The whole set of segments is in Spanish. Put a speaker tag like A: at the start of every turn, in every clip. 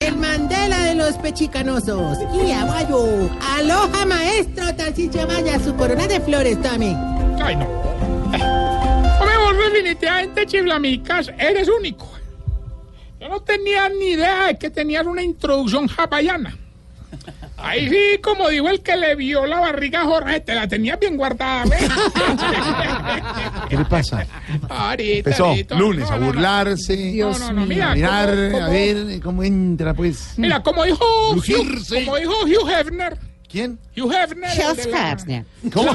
A: El Mandela de los pechicanosos. Y aguayo. Aloha, maestro Tarcicio Maya, su corona de flores, Tommy.
B: Ay, no. Eh, Hombre, vos definitivamente, chiflamicas, eres único. Yo no tenía ni idea de que tenías una introducción hawaiana. Ahí sí, como digo, el que le vio la barriga a Jorge, te la tenías bien guardada. ¿ves?
C: ¿Qué le pasa?
B: Ahorita,
C: Empezó
B: ahorita,
C: lunes
B: no, no,
C: a
B: no.
C: burlarse,
B: Dios No, no, no, mío. mira,
C: a mirar,
B: ¿cómo-
C: a
B: cómo-
C: ver cómo entra, pues.
B: Mira, como dijo, Hugh,
C: Lucirse.
B: como dijo Hugh Hefner.
C: ¿Quién?
B: Hugh Hefner. el de la-
C: ¿Cómo?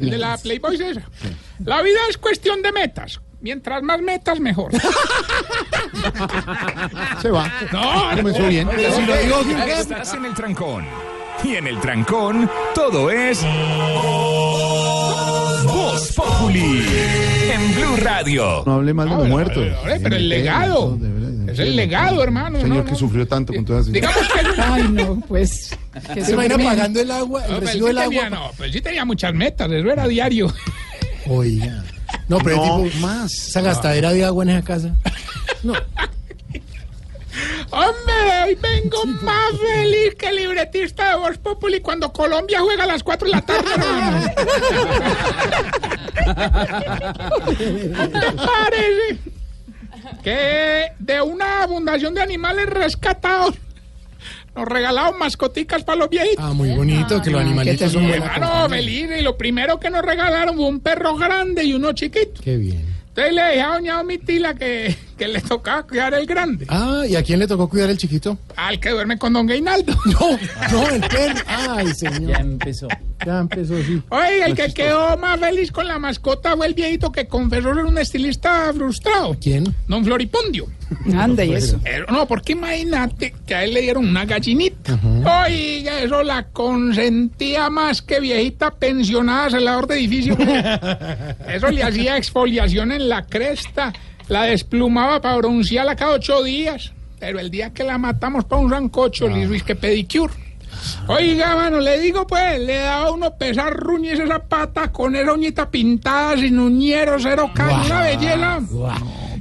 B: el de la Playboy esa. La vida es cuestión de metas. Mientras más metas, mejor.
C: Se va.
B: No,
C: Comenzó bien. Si lo digo, ¿qué?
D: Estás en el trancón. Y en el trancón, todo es. Voz Populi. En Blue Radio.
C: No hable mal de los
B: No,
C: muertos.
B: eh, eh, pero el
C: Sí,
B: legado.
C: de verdad, de
B: Es
C: verdad.
B: el legado, hermano. no,
C: Señor que
B: no.
C: sufrió tanto con todas esas.
B: Digamos que
E: Ay, no, pues. Que
F: ¿Se imagina
E: sufrimiento.
F: pagando el agua,
B: No,
F: el
B: pero, sí
F: recibo del
B: tenía,
F: agua?
B: no, pero sí tenía muchas metas, eso era diario.
F: Oiga. No, pero
C: No,
F: es tipo,
C: más.
F: esa gastadera de agua en esa casa.
B: Hombre, hoy vengo más feliz que el libretista de Voz Populi cuando Colombia juega a las 4 de la tarde, hermano. ¿Qué te parece? Que de una abundación de animales rescatados nos regalaron mascoticas para los viejitos.
F: Ah, muy bonito, que los animalitos son buena
B: Hermano,
F: compañía.
B: feliz, y lo primero que nos regalaron fue un perro grande y uno chiquito.
F: Qué bien.
B: Entonces le dije a doña Omitila que, que le tocaba cuidar el grande,
F: Ah, ¿y a quién le tocó cuidar el chiquito?
B: al Ah, que duerme con don Gainaldo.
F: No, no, el perro. Ay,
E: Ya
F: señor.
E: empezó.
F: Ya empezó así.
B: Oye, el que quedó más feliz con la mascota fue el viejito que confesó ser un estilista frustrado,
F: ¿Quién?
B: don Floripondio.
E: Anda, y eso.
B: Pero no, porque imagínate que a él le dieron una gallinita. Oiga, eso la consentía más que viejita pensionada celador de edificio. Eso le hacía exfoliación en la cresta, la desplumaba para broncearla cada ocho días. Pero el día que la matamos para un rancocho, le hizo que pedicure. Oiga, mano, le digo pues, le daba uno pesar ruñes esa pata con esa uñita pintada, sin uñero, cero caño, una belleza.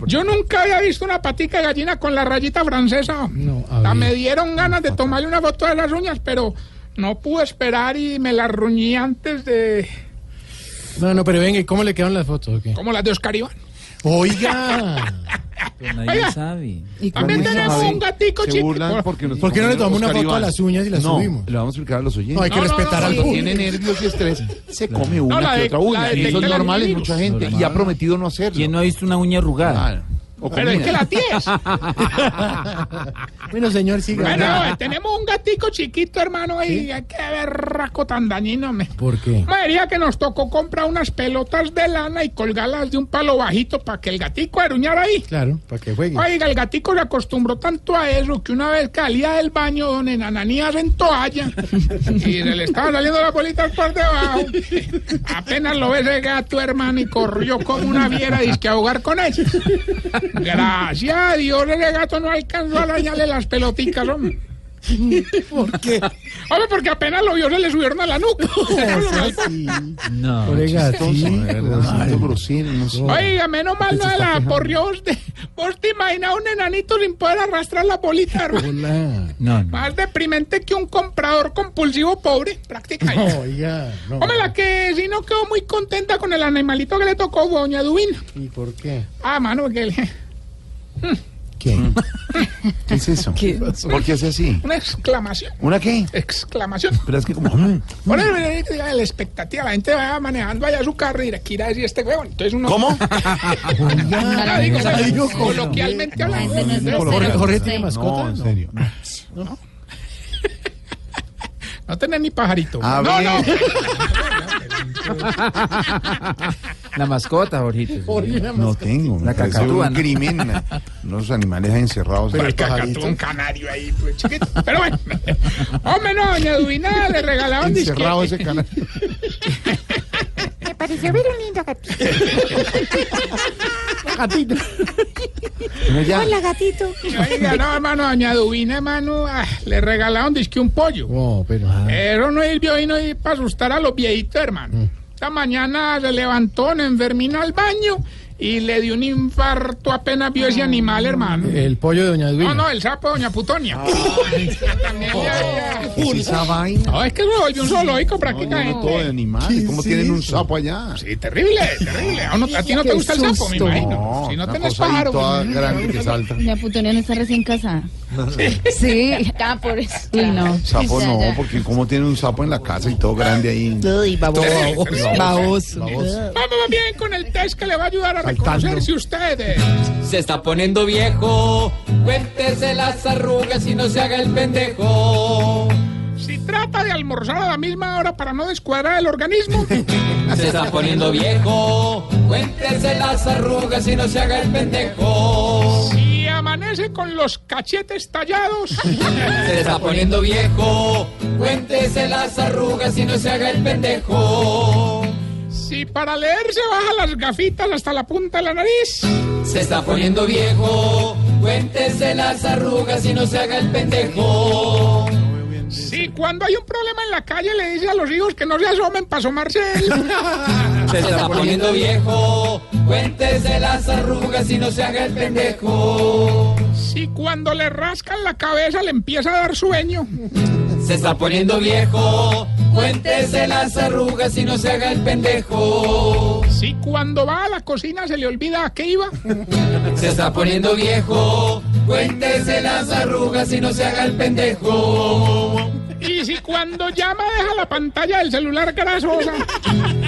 B: Yo nunca había visto una patica de gallina con la rayita francesa.
F: No, a
B: Hasta
F: ver.
B: me dieron ganas de tomarle una foto de las uñas, pero no pude esperar y me las ruñí antes de.
F: No, no, pero venga, ¿y cómo le quedan las fotos? o qué?
B: como las de Oscar Iván.
F: Oiga.
E: Pero nadie
B: Oiga.
E: sabe. ¿Y
B: También
E: cómo
B: tenemos
E: sabe?
B: un gatico
C: Se
B: chiquito.
C: burlan porque nos
F: Pues, ¿Por qué no le tomamos una
C: Oscar
F: foto a
C: Iván?
F: las uñas y las
C: No,
F: subimos?
C: Le vamos a explicar a los oyentes.
F: No, hay que
B: No, no, no,
F: respetar al
B: sí.
C: Cuando
F: público.
C: tiene nervios y estrés, se come una
B: la
C: que
B: de-
C: otra
B: la
C: uña.
B: de
C: Y eso es
B: detecta
C: normal en
B: el
C: mucha gente. Y
E: Normal.
C: ha prometido no hacerlo.
E: ¿Quién no ha visto una uña arrugada?
C: Claro. O
B: Pero es
C: comida.
B: que la tienes.
F: Bueno, señor, siga.
B: bueno, eh, tenemos un gatico chiquito, hermano, y hay que ver raco tan dañino. Me.
F: ¿Por qué?
B: Me diría que nos tocó comprar unas pelotas de lana y colgarlas de un palo bajito para que el gatico aruñara ahí.
F: Claro, para que juegue.
B: Oiga, el gatico se acostumbró tanto a eso que una vez que salía del baño, don Enananías en toalla y se le estaban saliendo las bolitas por debajo. Apenas lo ve ese gato, hermano, y corrió como una viera disque a ahogar con él. Gracias a Dios, ese gato no alcanzó a dañarle las peloticas, hombre.
F: ¿Por qué?
B: Hombre, porque apenas lo vio, se le subieron a la nuca.
E: No.
F: Oiga, sí.
C: Ay, grosero, no sé.
B: Oiga, menos mal no de
C: Entonces,
B: la
C: ¿para qué
B: por Dios. de- Vos te imaginas un enanito sin poder arrastrar la bolita, hermano.
F: Hola.
E: No, no.
B: Más deprimente que un comprador compulsivo pobre, prácticamente.
F: Oiga, no.
B: Hombre, la que sí no quedó muy contenta con el animalito que le tocó fue Doña Dubina.
F: ¿Y por qué?
B: Ah, mano, que le-
F: ¿Qué?
B: Mm.
C: ¿Qué es eso? ¿Por qué hace así?
B: una exclamación.
C: ¿Una qué?
B: Exclamación.
C: Pero es que como... mm,
B: Bueno, la la expectativa, la gente va manejando allá su carro y le quiere decir este huevón. Entonces uno.
C: ¿Cómo?
B: Ah, digo,
F: Ah, digo,
B: coloquialmente hablando.
C: No, no, no,
F: Jorge,
C: no,
F: Jorge
C: no,
F: tiene
C: no,
F: mascota,
C: en
F: ¿no?
C: serio.
B: No tenés ni pajarito.
C: A
B: no,
C: ver.
B: no.
E: La mascota, Jorgito.
C: No tengo. me
E: La
C: parece
E: cacatúa,
C: un
E: ¿no?
C: crimen. Los animales encerrados.
B: Pero
C: ahí.
B: el cacatú, un canario ahí, pues, chiquito. Pero bueno, hombre, no, doña Dubina le regalaron disque.
C: Encerrado ese canal.
G: Me pareció ver un lindo gatito.
C: Bueno, ya.
G: Hola, gatito.
B: Oiga, no, hermano, doña Dubina, hermano, ah, le regalaron disque un pollo.
F: No, pero. ah,
B: Pero no sirvió y no sirvió para asustar a los viejitos,
C: Mm.
B: hermano. Esta mañana se levantó una enfermina al baño y le dio un infarto apenas vio ese
C: Mm.
B: animal, hermano.
F: El pollo de Doña Edwina.
B: No, no, el sapo de Doña Putonia.
C: Ah.
B: También le había-
C: ¿Qué es esa vaina?
B: No, es que se volvió un zoológico
C: Oh. No, yo no
B: prácticamente.
C: todo de animales.
F: ¿Qué
C: ¿Cómo
F: es
C: tienen un
F: eso?
C: sapo allá?
B: Sí, terrible, terrible. A, uno- a ti no te gusta el sapo, me imagino. si no
C: una
B: tenés
C: cosa ahí
B: pájaro.
C: toda
B: pues,
C: grande que salta.
H: Doña Putonia no está recién casada. Sí. Ah, por eso. Uy, no.
C: Sapo
H: Ya,
C: no,
H: ya.
C: porque como tiene un sapo en la casa y todo grande ahí.
B: terrible, terrible.
C: Baboso.
B: Vamos bien con el test que le va a ayudar a
C: Saltando.
B: reconocerse ustedes.
E: Se está poniendo viejo. Cuéntese las arrugas y no se haga el pendejo.
B: Si trata de almorzar a la misma hora para no descuadrar el organismo.
E: Se está poniendo viejo. Cuéntese las arrugas y no se haga el pendejo.
B: Si amanece con los cachetes tallados.
E: Se está poniendo viejo. Cuéntese las arrugas y no se haga el pendejo.
B: si para leer se baja las gafitas hasta la punta de la nariz.
E: Se está poniendo viejo. Cuéntese las arrugas y no se haga el pendejo.
B: Si cuando hay un problema en la calle le dice a los hijos que no se asomen para asomarse él.
E: Se está poniendo viejo. Cuéntese las arrugas y no se haga el pendejo.
B: si cuando le rascan la cabeza le empieza a dar sueño.
E: Se está poniendo viejo. Cuéntese las arrugas y no se haga el pendejo.
B: Si cuando va a la cocina se le olvida a qué iba.
E: Se está poniendo viejo. Cuéntese las arrugas y no se haga el pendejo.
B: Y si cuando llama deja la pantalla del celular grasosa.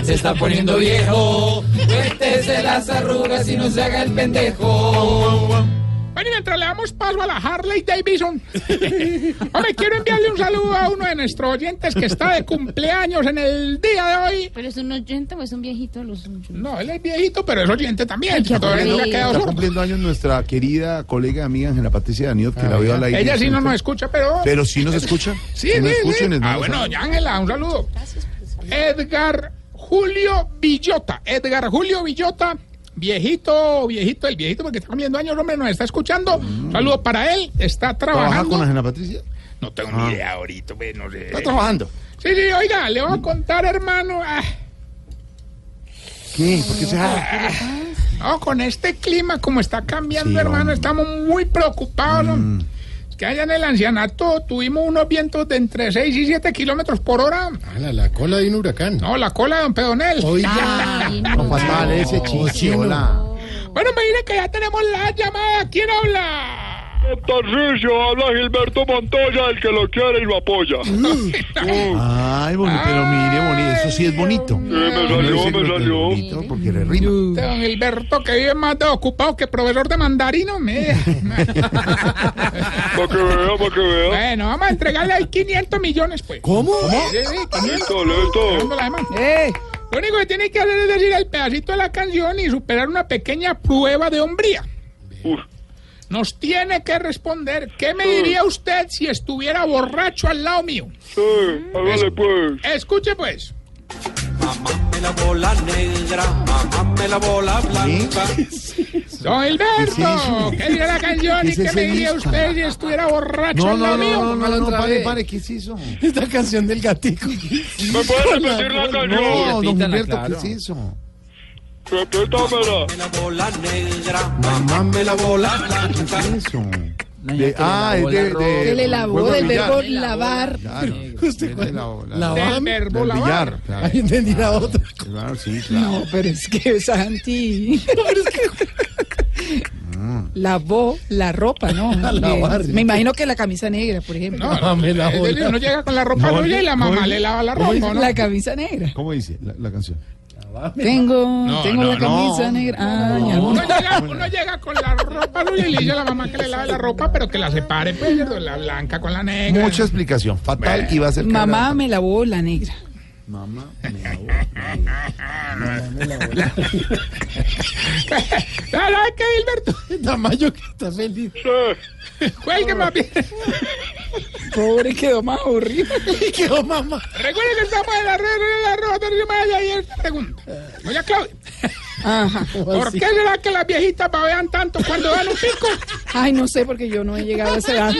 E: Se está poniendo viejo. Cuéntese las arrugas y no se haga el pendejo.
B: Bueno, y mientras le damos paso a la Harley Davidson. Hombre, quiero enviarle un saludo a uno de nuestros oyentes que está de cumpleaños en el día de hoy.
H: ¿Pero es un 80 o es un viejito de los 80?
B: No, él es viejito, pero es oyente también.
H: Ay, qué
B: Todavía no le ha
H: aburrido.
B: quedado
C: Está
B: sordo.
C: cumpliendo años nuestra querida colega amiga Ángela Patricia Daniot, que la veo al aire.
B: Ella sí no nos escucha, pero...
C: Pero sí nos escucha.
B: sí,
C: Que
B: sí,
C: nos
B: sí.
C: escuchen, es
B: Ah,
C: bueno
B: bueno,
C: saber.
B: doña Ángela, un saludo. Edgar Julio Villota. Edgar Julio Villota, viejito, viejito, el viejito porque está cumpliendo años, hombre, nos está escuchando. Saludo para él, está
C: Mm. ¿Trabaja
B: trabajando.
C: con Ah. Ángela Patricia?
B: No tengo ni idea ahorita, pues, no sé.
C: Está trabajando.
B: Sí, sí, oiga, le
C: Mm.
B: voy a contar, hermano. Ah,
C: ¿Qué? ¿Por qué se ah,
B: no, con este clima, como está cambiando,
C: Sí,
B: hermano,
C: hombre. Mm.
B: estamos muy preocupados. ¿no? Es que allá en el ancianato tuvimos unos vientos de entre 6 y 7 kilómetros por hora.
F: Ala, Ah, la cola de un huracán.
B: No, Ah. la cola de don Pedonel.
F: Oiga.
C: No, fatal ese chiste,
F: chino.
C: hola.
B: Bueno, mira que ya tenemos la llamada. ¿Quién habla?
I: Tarcicio, habla Gilberto Montoya, el que lo quiere y lo apoya.
C: Ay, bonito, pero mire, bonito. Eso sí es bonito.
I: me salió,
C: Uno dice
I: me
C: que es
I: salió.
C: bonito porque le rima.
B: Este Don Gilberto, que vive más de ocupado que profesor de mandarino. mira.
I: Para que vea, para que vea.
B: bueno, vamos a entregarle ahí 500 millones, pues.
F: ¿Cómo?
B: Sí, sí, 500.
I: Listo, listo.
B: Dando la demanda. Lo único que tiene que hacer es decir el pedacito de la canción y superar una pequeña prueba de hombría.
I: Uf,
B: Nos tiene que responder, ¿qué me diría usted si estuviera borracho al lado mío?
I: sí, hágale pues.
B: Escuche pues.
C: ¿Sí?
B: Don Gilberto,
C: ¿Qué
B: ¿qué diría la canción
C: ¿Qué
B: y
C: es
B: qué
C: ese
B: me diría
C: lista?
B: usted si estuviera borracho
C: No,
B: al lado
C: no, no,
B: mío?
C: no, no, no,
F: otra
C: pare,
F: vez.
C: pare, ¿qué es eso? No,
F: Esta canción del gatico.
I: ¿Me puede repetir la canción?
C: don
E: repítala,
C: Gilberto,
E: claro.
C: ¿qué es eso?
I: Repítamela.
C: Mamá me la bola blanca. ¿Qué es eso? De- ah, es de, de...
H: Se le
C: juego
H: lavó
C: de
H: del
C: billar.
H: verbo lavar.
C: Claro,
F: Usted
C: es de
F: cuál-
C: la bola.
F: la
B: Del
F: Ajá.
B: verbo
C: Del
B: lavar.
C: billar, claro.
F: Ahí entendí la otra.
C: Claro, sí, claro.
G: pero es que Santi. Lavó la ropa, ¿no? Eh,
F: lavar, sí.
G: Me imagino que la camisa negra, por ejemplo.
B: No,
F: Mamá, me la
B: es decir,
F: bola.
B: uno llega con la ropa
C: No,
B: suya y la
C: no,
B: mamá
C: no,
B: le lava la
C: ¿cómo
B: ropa, ¿no?
G: La camisa negra.
C: ¿Cómo dice la, la canción?
G: Tengo,
B: No,
G: tengo
B: no,
G: la camisa
C: no.
G: negra. Ah, ya.
B: Uno llega, uno llega con la ropa suya y le dice a la mamá que le lave la ropa, pero que la separe, pues, la blanca con la negra.
C: Mucha explicación. Fatal y va a ser... cara.
G: Mamá me lavó la negra.
C: Mamá.
B: La verdad es que Gilberto. Tamayo que está feliz. Cuelgue, papi. Pobre, quedó más horrible. quedó más mal. Recuerden que estamos en la red, en la roja de Rimaya y esta pregunta. Oye, Claudia. ¿Por
G: así?
B: qué será que las viejitas babean tanto cuando dan un pico?
G: Ay, no sé, porque yo no he llegado a esa edad.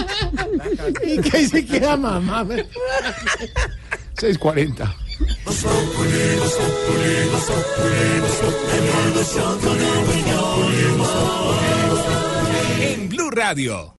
F: Y que ahí se queda mamá. ve.
C: 640.
D: En Blue Radio.